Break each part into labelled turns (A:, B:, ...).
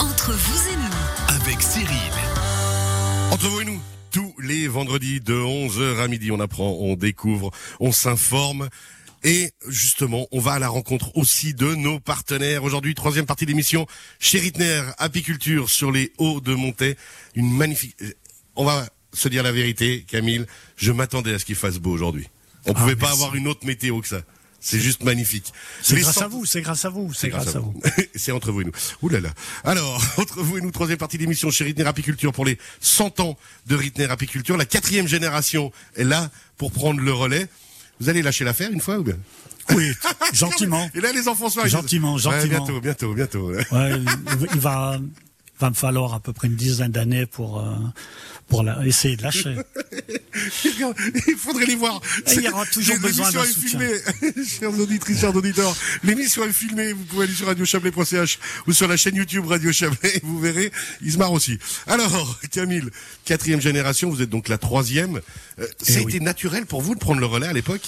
A: Entre vous et nous,
B: avec Cyril. Entre vous et nous, tous les vendredis de 11h à midi, on apprend, on découvre, on s'informe. Et justement, on va à la rencontre aussi de nos partenaires. Aujourd'hui, troisième partie d'émission, chez Rittner, apiculture sur les hauts de Montaix. Une magnifique... On va se dire la vérité, Camille, je m'attendais à ce qu'il fasse beau aujourd'hui. On pouvait pas
C: Ah, merci.
B: avoir une autre météo que ça. C'est juste magnifique.
C: C'est
B: Les
C: grâce à
B: cent-
C: vous, c'est grâce à vous, c'est grâce à vous.
B: C'est entre vous et nous. Ouh là là. Alors, entre vous et nous, troisième partie d'émission chez Ritner Apiculture pour les 100 ans de Ritner Apiculture. La quatrième génération est là pour prendre le relais. Vous allez lâcher l'affaire une fois ou bien
C: Oui, gentiment.
B: Et là, les enfants sont arrivés.
C: Gentiment,
B: Ouais,
C: gentiment.
B: bientôt, bientôt, bientôt.
C: Ouais, il- il va, va me falloir à peu près une dizaine d'années pour, euh, pour la, essayer de lâcher.
B: Regarde, Eh Il faudrait les voir.
C: Et il y aura toujours besoin
B: L'émission
C: d'un
B: est
C: soutien.
B: filmée. Chers auditrices, chers auditeurs, l'émission est filmée. Vous pouvez aller sur radiochablais.ch ou sur la chaîne YouTube Radio Chablais. Vous verrez, ils se marrent aussi. Alors, Camille, quatrième génération, vous êtes donc la troisième. Euh, ça a
C: oui.
B: été naturel pour vous de prendre le relais à l'époque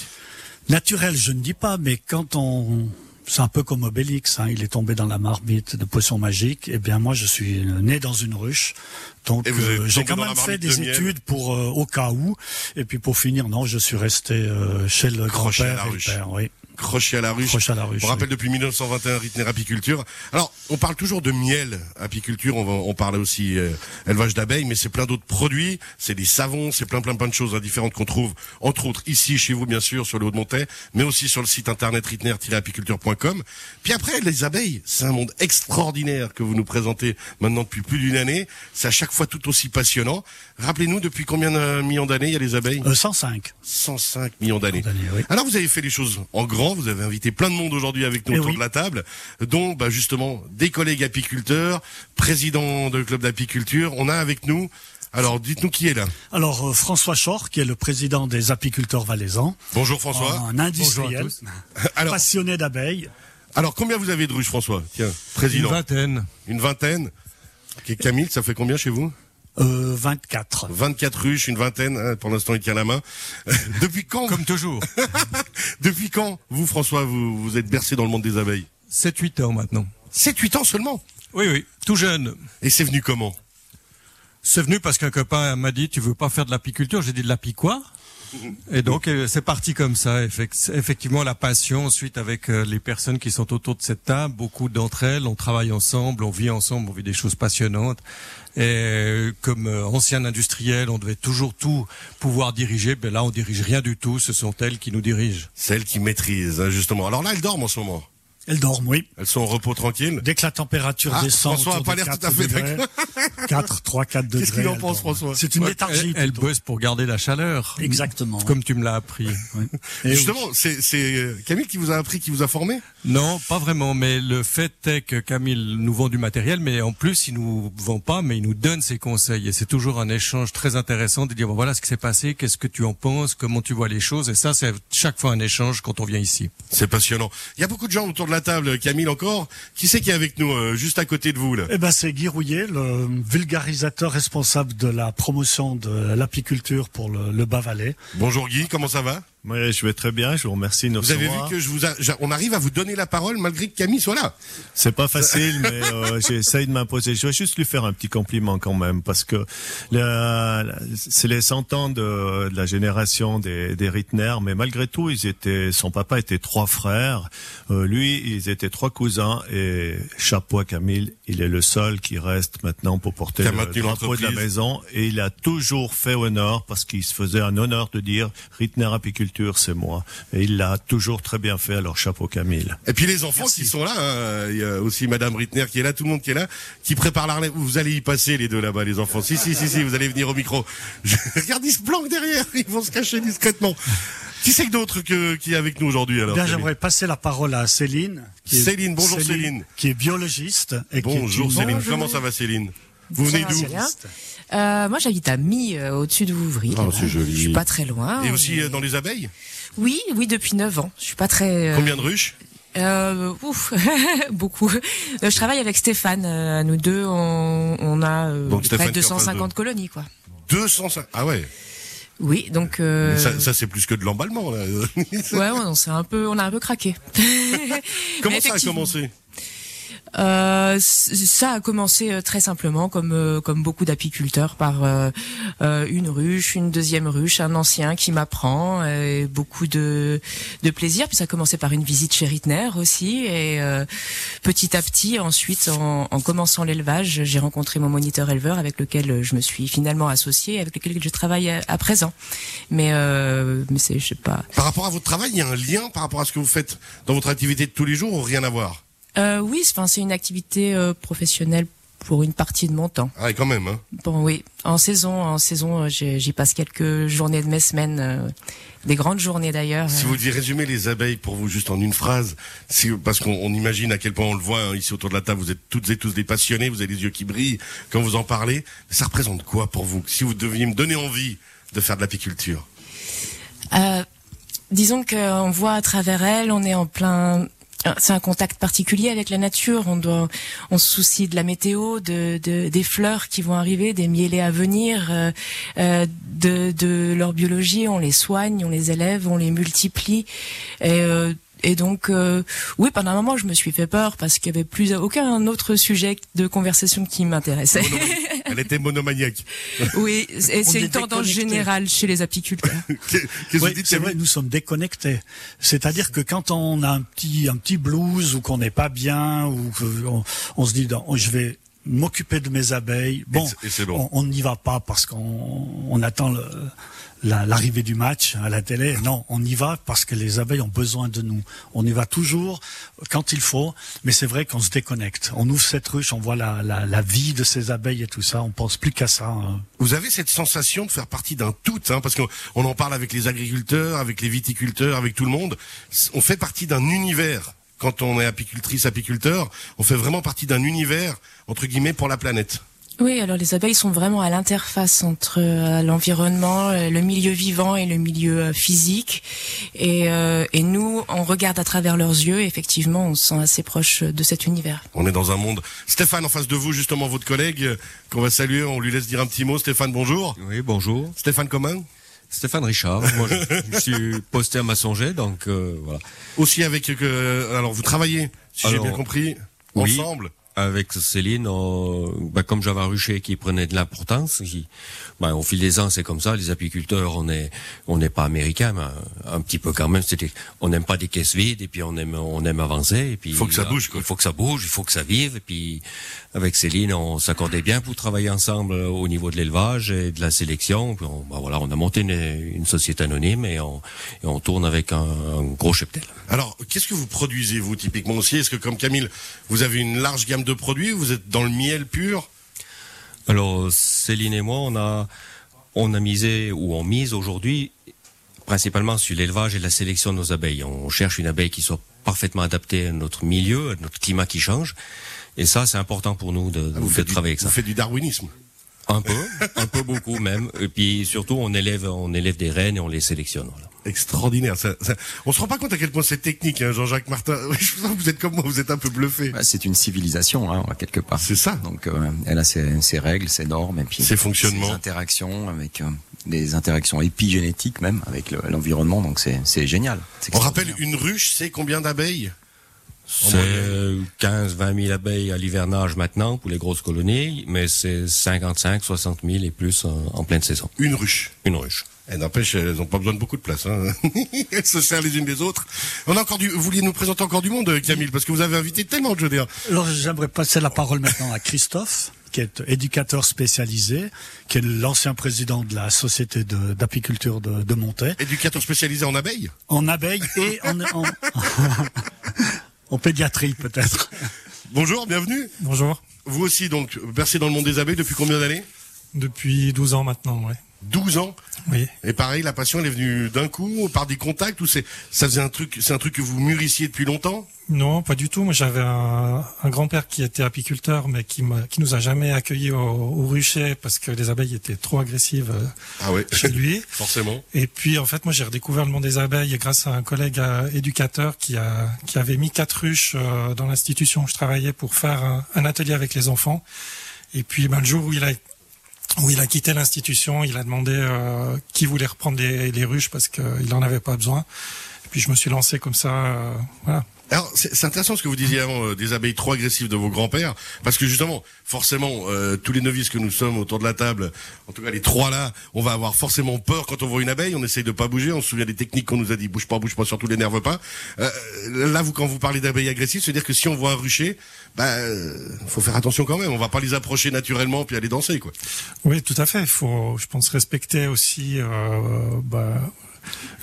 C: Naturel, je ne dis pas, mais quand on, c'est un peu comme Obélix, hein, il est tombé dans la marmite de potions magiques. Eh bien, moi, je suis né dans une ruche, donc
B: Et vous êtes
C: euh, j'ai
B: tombé
C: quand
B: dans la
C: même fait
B: marmite de
C: des
B: miel.
C: études pour euh, au cas où. Et puis pour finir, non, je suis resté euh, chez le
B: Accroché à la
C: grand-père et le
B: ruche.
C: père. Oui.
B: Crochet à la ruche.
C: Crochet à la ruche,
B: On rappelle depuis 1921 Ritner Apiculture. Alors, on parle toujours de miel, apiculture, on, va, on parle aussi euh, élevage d'abeilles, mais c'est plein d'autres produits, c'est des savons, c'est plein plein plein de choses hein, différentes qu'on trouve, entre autres ici chez vous bien sûr, sur le Haut-de-Montaix, mais aussi sur le site internet ritner-apiculture.com. Puis après, les abeilles, c'est un monde extraordinaire que vous nous présentez maintenant depuis plus d'une année, c'est à chaque fois tout aussi passionnant. Rappelez-nous, depuis combien de millions d'années il y a les abeilles
C: Euh, 105.
B: 105 millions d'années.
C: d'années, oui.
B: Alors vous avez fait les choses en grand, vous avez invité plein de monde aujourd'hui avec nous
C: Eh
B: autour
C: oui.
B: de la table, dont bah, justement des collègues apiculteurs, président de club d'apiculture. On a avec nous, alors dites-nous qui est là.
C: Alors euh, François Chor, qui est le président des apiculteurs valaisans,
B: Bonjour François.
C: Ah, un industriel,
B: Alors,
C: passionné d'abeilles.
B: alors combien vous avez de ruches François Tiens, président.
D: Une vingtaine.
B: Une vingtaine. Ok, Camille, ça fait combien chez vous
C: Euh, 24.
B: 24 ruches, une vingtaine. hein, pour l'instant, il tient la main. Depuis quand
D: Comme toujours.
B: Depuis quand vous, François, vous, vous êtes bercé dans le monde des abeilles
D: 7-8 ans maintenant.
B: 7-8 ans seulement.
D: Oui, oui, tout jeune.
B: Et c'est venu comment
D: C'est venu parce qu'un copain m'a dit, tu veux pas faire de l'apiculture J'ai dit de l'api quoi Et donc, euh, c'est parti comme ça. Effect- Effectivement, la passion, ensuite, avec euh, les personnes qui sont autour de cette table, beaucoup d'entre elles, on travaille ensemble, on vit ensemble, on vit des choses passionnantes. Et euh, comme euh, ancien industriel, on devait toujours tout pouvoir diriger. Ben là, on dirige rien du tout. Ce sont elles qui nous dirigent.
B: Celles qui maîtrisent, hein, justement. Alors là, elles dorment en ce moment.
C: Elles dorment, oui.
B: Elles sont en repos tranquille.
C: Dès que la température
B: Ah,
C: descend,
B: François a
C: autour
B: pas
C: de
B: l'air tout
C: 4
B: à fait
C: degrés, 4, 3, 4 degrés.
B: Qu'est-ce qu'il en
C: elle
B: pense,
C: dort.
B: François
C: C'est une
D: Ouais,
C: léthargie.
D: Elles, elles
C: plutôt.
D: bossent pour garder la chaleur.
C: Exactement.
D: Comme tu me l'as appris.
C: Oui. Et oui.
B: Justement, c'est- c'est euh, Camille qui vous a appris, qui vous a formé.
D: Non, pas vraiment, mais le fait est que Camille nous vend du matériel, mais en plus, il nous vend pas, mais il nous donne ses conseils. Et c'est toujours un échange très intéressant de dire, bon, voilà ce qui s'est passé, qu'est-ce que tu en penses, comment tu vois les choses. Et ça, c'est chaque fois un échange quand on vient ici.
B: C'est passionnant. Il y a beaucoup de gens autour de la table, euh, Camille encore. Qui c'est qui est avec nous, euh, juste à côté de vous là
C: Eh ben, c'est Guy Rouillet, le vulgarisateur responsable de la promotion de l'apiculture pour le, le Bas-Valais.
B: Bonjour Guy, comment ça va
E: Oui, je vais très bien, je vous remercie de nous
B: Vous avez vu
E: recevoir.
B: que je vous, a- j'a- on arrive à vous donner la parole malgré que Camille soit là.
E: C'est pas facile, mais euh, j'essaye de m'imposer. Je vais juste lui faire un petit compliment quand même, parce que la- la- c'est les 100 ans de, de la génération des, des Ritner, mais malgré tout, ils étaient, son papa était trois frères, euh, lui, ils étaient trois cousins, et chapeau à Camille, il est le seul qui reste maintenant pour porter
B: Qui a
E: le
B: maintenu
E: drapeau de la
B: l'entreprise.
E: maison, et il a toujours fait honneur, parce qu'il se faisait un honneur de dire Ritner Apiculture, c'est moi. Et il l'a toujours très bien fait, alors chapeau Camille.
B: Et puis les enfants qui sont là, hein, il y a aussi Madame Rittner qui est là, tout le monde qui est là, qui prépare la relève. Vous allez y passer les deux là-bas, les enfants. Si, si, si, si, vous allez venir au micro. Je- Regarde, ils se planquent derrière, ils vont se cacher discrètement. Qui c'est que d'autre que qui est avec nous aujourd'hui alors
C: Bien,
B: Camille
C: j'aimerais passer la parole à Céline. qui est-
B: Céline, bonjour Céline.
C: Qui est biologiste. Et qui est
B: Bonjour
C: une-
B: Céline,
F: Bonjour.
B: comment ça va Céline Vous venez
F: Ça va,
B: d'où
F: c'est bien. Euh, Moi, j'habite à Mi, euh, au-dessus de Vouvry.
B: Oh,
F: Voilà.
B: c'est joli.
F: Je suis pas très loin.
B: Et
F: On
B: aussi
F: est-
B: euh, dans les abeilles
F: Oui, oui, depuis 9 ans. Je suis pas très. euh,
B: Combien de ruches
F: euh, Ouf, beaucoup. Euh, Je travaille avec Stéphane. euh, Nous deux, on, on a euh,
B: Donc, Stéphane
F: près
B: qui
F: de
B: est en face
F: 250 colonies, quoi.
B: 205. Ah ouais,
F: Oui, donc. euh,
B: Mais ça, ça, c'est plus que de l'emballement là.
F: Ouais, on s'est un peu, on a un peu craqué. Mais
B: comment ça a
F: effectivement,
B: commencé
F: euh, Euh, c- ça a commencé euh, très simplement, comme euh, comme beaucoup d'apiculteurs, par euh, euh, une ruche, une deuxième ruche, un ancien qui m'apprend, euh, et beaucoup de de plaisir. Puis ça a commencé par une visite chez Rittner aussi, et euh, petit à petit, ensuite, en, en commençant l'élevage, j'ai rencontré mon moniteur éleveur avec lequel euh, je me suis finalement associée, avec lequel je travaille euh, à, à présent. Mais euh, mais c'est je sais pas.
B: Par rapport à votre travail, il y a un lien par rapport à ce que vous faites dans votre activité de tous les jours ou rien à voir
F: Euh, oui, c'est- enfin c'est une activité euh, professionnelle pour une partie de mon temps.
B: Ah, et quand même, hein.
F: Bon, oui, en saison, en saison, euh, j'ai- j'y passe quelques journées de mes semaines, euh, des grandes journées d'ailleurs. euh,
B: Si vous deviez résumer les abeilles pour vous juste en une phrase, si- parce qu'on on imagine à quel point on le voit hein, ici autour de la table, vous êtes toutes et tous des passionnés, vous avez les yeux qui brillent quand vous en parlez. Ça représente quoi pour vous Si vous deviez me donner envie de faire de l'apiculture
F: Euh, disons qu'on voit à travers elle, on est en plein. C'est un contact particulier avec la nature. On doit, on se soucie de la météo, de, de- des fleurs qui vont arriver, des mielés à venir, euh, euh, de, de leur biologie. On les soigne, on les élève, on les multiplie. Et, euh, et donc, euh, oui, pendant un moment, je me suis fait peur parce qu'il y avait plus aucun autre sujet de conversation qui m'intéressait.
B: Elle était monomaniaque.
F: oui, et c'est
C: est
F: une tendance
C: déconnecté.
F: générale chez les apiculteurs.
B: Qu'est- Qu'est-ce que
C: Oui,
B: vous dites
C: c'est
B: Camille
C: vrai, nous sommes déconnectés. C'est-à-dire que quand on a un petit, un petit blues ou qu'on n'est pas bien ou qu'on on se dit, non, je vais m'occuper de mes abeilles. Bon,
B: c'est- et c'est bon.
C: on on n'y va pas parce qu'on on attend le- la- l'arrivée du match à la télé. Non, on y va parce que les abeilles ont besoin de nous. On y va toujours quand il faut, mais c'est vrai qu'on se déconnecte. On ouvre cette ruche, on voit la, la, la vie de ces abeilles et tout ça. On pense plus qu'à ça. hein.
B: Vous avez cette sensation de faire partie d'un tout, hein, parce qu'on on en parle avec les agriculteurs, avec les viticulteurs, avec tout le monde. S- On fait partie d'un univers. Quand on est apicultrice, apiculteur, on fait vraiment partie d'un univers, entre guillemets, pour la planète.
F: Oui, alors les abeilles sont vraiment à l'interface entre euh, l'environnement, euh, le milieu vivant et le milieu euh, physique. Et, euh, et nous, on regarde à travers leurs yeux et effectivement, on se sent assez proche euh, de cet univers.
B: On est dans un monde. Stéphane, en face de vous, justement, votre collègue, euh, qu'on va saluer, on lui laisse dire un petit mot. Stéphane, bonjour.
A: Oui, bonjour.
B: Stéphane Commun,
A: Stéphane Richard. Moi, je, je suis posté à Massonger, donc euh, voilà.
B: aussi avec... euh, alors, vous travaillez, si j'ai
A: Alors,
B: bien compris,
A: oui.
B: ensemble.
A: Avec Céline, on- bah, comme j'avais un rucher qui prenait de l'importance, qui- bah, au fil des ans, c'est comme ça. Les apiculteurs, on est, on n'est pas américains, mais euh, un petit peu quand même. C'était, on n'aime pas des caisses vides, et puis on aime, on aime avancer, et puis
B: Faut que ça bouge, quoi.
A: Il faut que ça bouge, il faut que ça vive, et puis avec Céline, on s'accordait bien pour travailler ensemble euh, au niveau de l'élevage et de la sélection. Puis on, bah, voilà, on a monté une, une société anonyme et on, et on tourne avec un- un gros cheptel.
B: Alors, qu'est-ce que vous produisez, vous, typiquement aussi Est-ce que, comme Camille, vous avez une large gamme de produits ou Vous êtes dans le miel pur
A: Alors Céline et moi, on a on a misé ou on mise aujourd'hui principalement sur l'élevage et la sélection de nos abeilles. On cherche une abeille qui soit parfaitement adaptée à notre milieu, à notre climat qui change. Et ça, c'est important pour nous de, de
B: faites du-
A: Ah, travailler avec ça.
B: Vous faites du darwinisme.
A: Un peu, un peu beaucoup même. Et puis surtout, on élève, on élève des reines et on les sélectionne. voilà.
B: Extraordinaire. Ça, ça- On se rend pas compte à quel point c'est technique, hein, Jean-Jacques Martin. Je sens que vous êtes comme moi, vous êtes un peu bluffé.
G: Bah, c'est une civilisation, hein, quelque part.
B: C'est ça.
G: Donc, euh, elle a ses, ses règles, ses normes, et puis
B: Ses fonctionnements.
G: ses interactions avec euh, des interactions épigénétiques même avec le- l'environnement. donc, c'est c'est génial. C'est
B: On rappelle,
G: extraordinaire.
B: une ruche, c'est combien d'abeilles
A: C'est 15, 20 000 abeilles à l'hivernage maintenant pour les grosses colonies, mais c'est 55, 60 000 et plus en, en pleine saison.
B: Une ruche.
A: Une ruche.
B: Eh, n'empêche, elles n'ont pas besoin de beaucoup de place. Hein. elles se serrent les unes les autres. On a encore du. Vous vouliez nous présenter encore du monde, euh, Camille, parce que vous avez invité tellement de jeux d'air.
C: Alors j'aimerais passer la parole maintenant à Christophe, qui est éducateur spécialisé, qui est l'ancien président de la société de- d'apiculture de, de, Montaix,
B: Éducateur spécialisé en abeilles.
C: en abeilles et en, en, en pédiatrie peut-être.
B: Bonjour, bienvenue.
H: Bonjour.
B: Vous aussi, donc, bercé dans le monde des abeilles depuis combien d'années
H: Depuis 12 ans maintenant, ouais.
B: 12 ans.
H: Oui.
B: Et pareil, la passion, elle est venue d'un coup, par des contacts, ou c'est, ça faisait un truc, c'est un truc que vous mûrissiez depuis longtemps?
H: Non, pas du tout. Moi, j'avais un, un grand-père qui était apiculteur, mais qui, m'a- qui nous a jamais accueillis au, au rucher parce que les abeilles étaient trop agressives euh,
B: Ah ouais.
H: chez lui.
B: Forcément.
H: Et puis, en fait, moi, j'ai redécouvert le monde des abeilles grâce à un collègue euh, éducateur qui, a, qui avait mis quatre ruches euh, dans l'institution où je travaillais pour faire un, un atelier avec les enfants. Et puis, ben, le jour où il a, où il a quitté l'institution, il a demandé euh, qui voulait reprendre les, les ruches parce qu'il n'en avait pas besoin. Et puis, je me suis lancé comme ça. euh, voilà.
B: Alors, c'est c'est intéressant ce que vous disiez avant, euh, des abeilles trop agressives de vos grands-pères, parce que justement, forcément, euh, tous les novices que nous sommes autour de la table, en tout cas les trois là, on va avoir forcément peur quand on voit une abeille, on essaye de pas bouger, on se souvient des techniques qu'on nous a dit, bouge pas, bouge pas, surtout l'énerve pas. Euh, là, vous, quand vous parlez d'abeilles agressives, c'est-à-dire que si on voit un rucher, bah, euh, faut faire attention quand même, on va pas les approcher naturellement puis aller danser, quoi.
H: Oui, tout à fait. Il faut, je pense, respecter aussi euh, bah,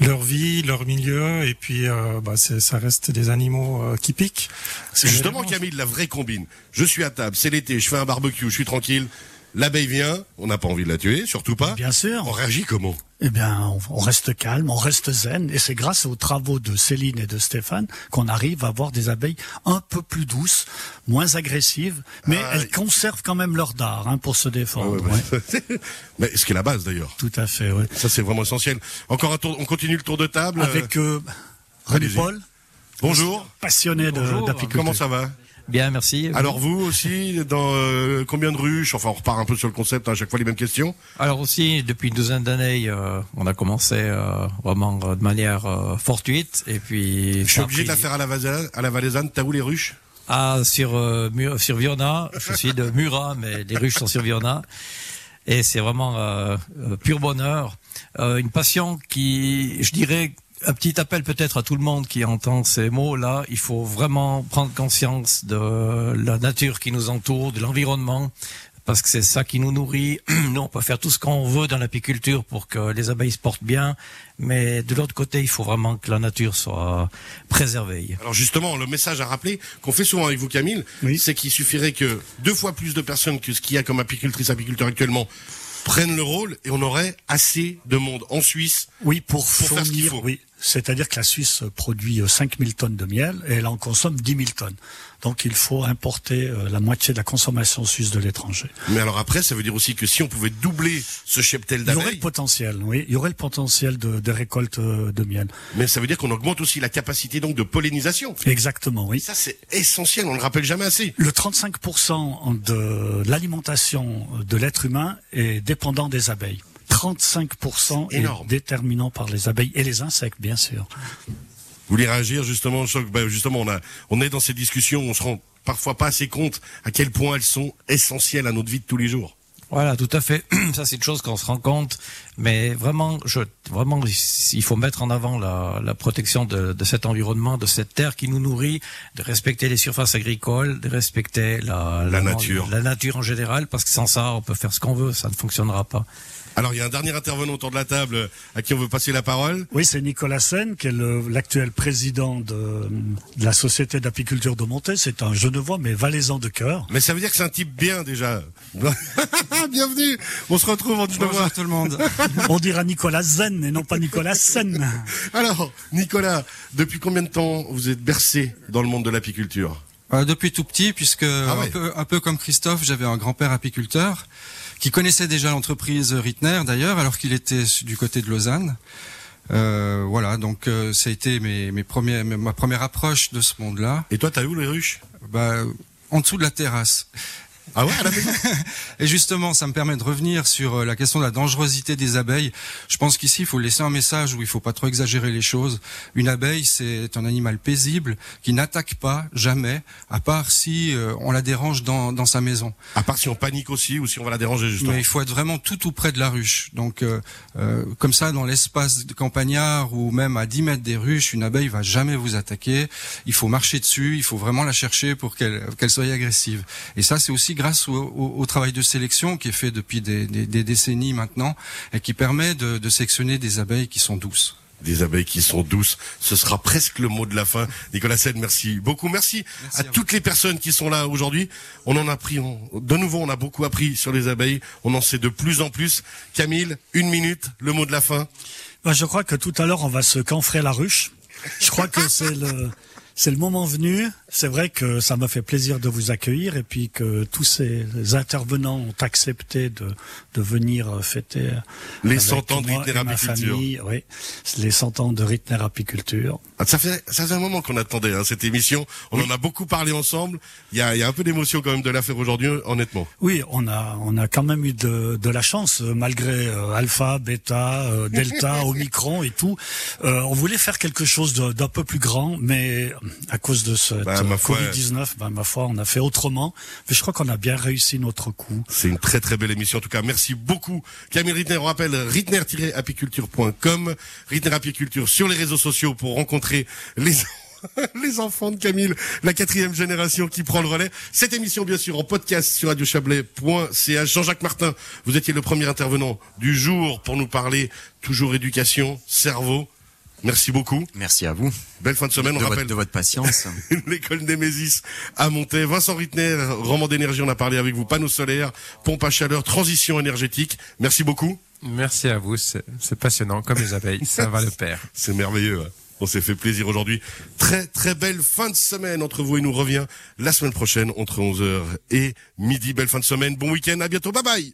H: leur vie, leur milieu, et puis euh, bah, c'est- ça reste des animaux euh, qui piquent.
B: C'est justement Camille la vraie combine. Je suis à table, c'est l'été, je fais un barbecue, je suis tranquille. L'abeille vient, on n'a pas envie de la tuer, surtout pas.
C: Bien sûr.
B: On réagit comment
C: Eh bien, on, on reste calme, on reste zen, et c'est grâce aux travaux de Céline et de Stéphane qu'on arrive à avoir des abeilles un peu plus douces, moins agressives, mais
B: Ah,
C: elles
B: il-
C: conservent quand même leur dard hein, pour se défendre.
B: Ouais, ouais,
C: ouais.
B: ouais. Mais ce qui est la base d'ailleurs.
C: Tout à fait, oui.
B: Ça c'est vraiment essentiel. Encore un tour, on continue le tour de table. Euh,
C: Avec euh, René
B: allez-y.
C: Paul,
B: bonjour.
C: passionné de-
I: Bonjour.
B: Comment
C: d'apiculture.
B: ça va
I: Bien, merci.
B: Alors vous aussi, dans euh, combien de ruches Enfin, on repart un peu sur le concept. hein, à chaque fois les mêmes questions.
I: Alors aussi, depuis une douzaine d'années, euh, on a commencé euh, vraiment euh, de manière euh, fortuite. Et puis,
B: Je suis obligé de la faire à la, Vasa- à la valaisanne. T'as où les ruches
I: Ah, sur, euh, Mu- sur Viona. Je suis de Murat, mais les ruches sont sur Viona. Et c'est vraiment euh, euh, pur bonheur. Euh, une passion qui, je dirais, un petit appel peut-être à tout le monde qui entend ces mots-là. Il faut vraiment prendre conscience de la nature qui nous entoure, de l'environnement. Parce que c'est ça qui nous nourrit. Nous, on peut faire tout ce qu'on veut dans l'apiculture pour que les abeilles se portent bien. Mais de l'autre côté, il faut vraiment que la nature soit préservée.
B: Alors justement, le message à rappeler qu'on fait souvent avec vous, Camille,
C: Oui.
B: c'est qu'il suffirait que deux fois plus de personnes que ce qu'il y a comme apicultrice, apiculteur actuellement prennent le rôle et on aurait assez de monde en Suisse.
C: Oui, pour,
B: faire ce
C: fournir,
B: qu'il faut.
C: oui. C'est-à-dire que la Suisse produit 5000 tonnes de miel et elle en consomme 10 000 tonnes. Donc il faut importer euh, la moitié de la consommation suisse de l'étranger.
B: Mais alors après, ça veut dire aussi que si on pouvait doubler ce cheptel
C: Il y aurait le
B: d'abeilles,
C: potentiel, oui. Il y aurait le potentiel de, des récoltes euh, de miel.
B: mais ça veut dire qu'on augmente aussi la capacité donc de pollinisation.
C: Exactement,
B: Et
C: oui.
B: ça, c'est essentiel, on le rappelle jamais assez.
C: Le 35% de l'alimentation de l'être humain est dépendant des abeilles. 35%
B: C'est
C: est
B: énorme.
C: déterminant par les abeilles et les insectes, bien sûr.
B: Vous voulez réagir justement, Choc Ben, Justement, on, a, on est dans ces discussions, on se rend parfois pas assez compte à quel point elles sont essentielles à notre vie de tous les jours.
I: Voilà, tout à fait. Ça, c'est une chose qu'on se rend compte. Mais vraiment, je, vraiment, il faut mettre en avant la, la protection de, de cet environnement, de cette terre qui nous nourrit, de respecter les surfaces agricoles, de respecter la,
B: La nature.
I: la nature en général, parce que sans ça, on peut faire ce qu'on veut, ça ne fonctionnera pas.
B: Alors, il y a un dernier intervenant autour de la table euh, à qui on veut passer la parole.
C: Oui, c'est Nicolas Sen, qui est le- l'actuel président de, de la Société d'apiculture de Monté. C'est un Genevois, mais valaisan de cœur.
B: Mais ça veut dire que c'est un type bien déjà. Bienvenue, on se retrouve en 19 mois.
D: Bonjour tout le monde.
C: On dira Nicolas Zen et non pas Nicolas Sen.
B: Alors, Nicolas, depuis combien de temps vous êtes bercé dans le monde de l'apiculture
D: Euh, depuis tout petit, puisque
B: Ah ouais.
D: un, peu, un peu comme Christophe, j'avais un grand-père apiculteur qui connaissait déjà l'entreprise Ritner d'ailleurs, alors qu'il était su- du côté de Lausanne. Euh, voilà, donc euh, ça a été mes, mes premières, mes- ma première approche de ce monde-là,
B: Et toi, t'as où les ruches
D: bah, en dessous de la terrasse.
B: Ah ouais, à la maison
D: Et justement, ça me permet de revenir sur euh, la question de la dangerosité des abeilles. Je pense qu'ici, il faut laisser un message où il faut pas trop exagérer les choses. Une abeille, c'est un animal paisible qui n'attaque pas jamais, à part si euh, on la dérange dans, dans sa maison.
B: À part si on panique aussi ou si on va la déranger justement.
D: Mais il faut être vraiment tout tout près de la ruche. Donc, euh, euh, comme ça, dans l'espace de campagnard ou même à 10 mètres des ruches, une abeille va jamais vous attaquer. Il faut marcher dessus, il faut vraiment la chercher pour qu'elle qu'elle soit agressive. Et ça, c'est aussi grâce au, au- au travail de sélection qui est fait depuis des, des- des décennies maintenant et qui permet de, de sélectionner des abeilles qui sont douces.
B: Des abeilles qui sont douces, ce sera presque le mot de la fin. Nicolas Sen, merci beaucoup. Merci,
D: Merci
B: à
D: à vous.
B: toutes les personnes qui sont là aujourd'hui. On en a pris, on- de nouveau, on a beaucoup appris sur les abeilles. On en sait de plus en plus. Camille, une minute, le mot de la fin.
C: Ben, je crois que tout à l'heure, on va se canfrer la ruche. Je crois que c'est le, c'est le moment venu. c'est vrai que ça m'a fait plaisir de vous accueillir et puis que tous ces intervenants ont accepté de, de venir fêter
B: Les
C: avec
B: 100 ans de
C: moi et
B: Rittner
C: ma
B: Apiculture.
C: famille, oui, les 100 ans de Rittner Apiculture.
B: Ah, Ça fait, ça faisait un moment qu'on attendait hein, cette émission. On en a beaucoup parlé ensemble. Il y a, il y a un peu d'émotion quand même de la faire aujourd'hui, honnêtement.
C: Oui, on a on a quand même eu de, de la chance euh, malgré euh, alpha, bêta, euh, delta, omicron et tout. Euh, on voulait faire quelque chose de- d'un peu plus grand, mais à cause de ce
B: Bah, ma foi,
C: Covid 19, ben ma foi, on a fait autrement. Mais je crois qu'on a bien réussi notre coup.
B: C'est une très très belle émission en tout cas. Merci beaucoup Camille Rittner. On rappelle rittner-apiculture.com, Rittner Apiculture sur les réseaux sociaux pour rencontrer les les enfants de Camille, la quatrième génération qui prend le relais. Cette émission bien sûr en podcast sur radiochablais.ch. Jean-Jacques Martin, vous étiez le premier intervenant du jour pour nous parler toujours éducation, cerveau. Merci beaucoup.
G: Merci à vous
B: Belle fin de
G: de
B: semaine. On
G: votre,
B: rappelle
G: de votre patience.
B: l'école Némésis à Monté. Vincent Rittner, Roman d'énergie, on a parlé avec vous. Panneaux solaires, pompe à chaleur, transition énergétique. Merci beaucoup.
J: Merci à vous, c'est c'est passionnant, comme les abeilles, ça va le pair.
B: C'est merveilleux. hein. On s'est fait plaisir aujourd'hui. Très très belle fin de semaine entre vous et nous revient la semaine prochaine entre 11h et midi. Belle fin de semaine, bon week-end, à bientôt, bye bye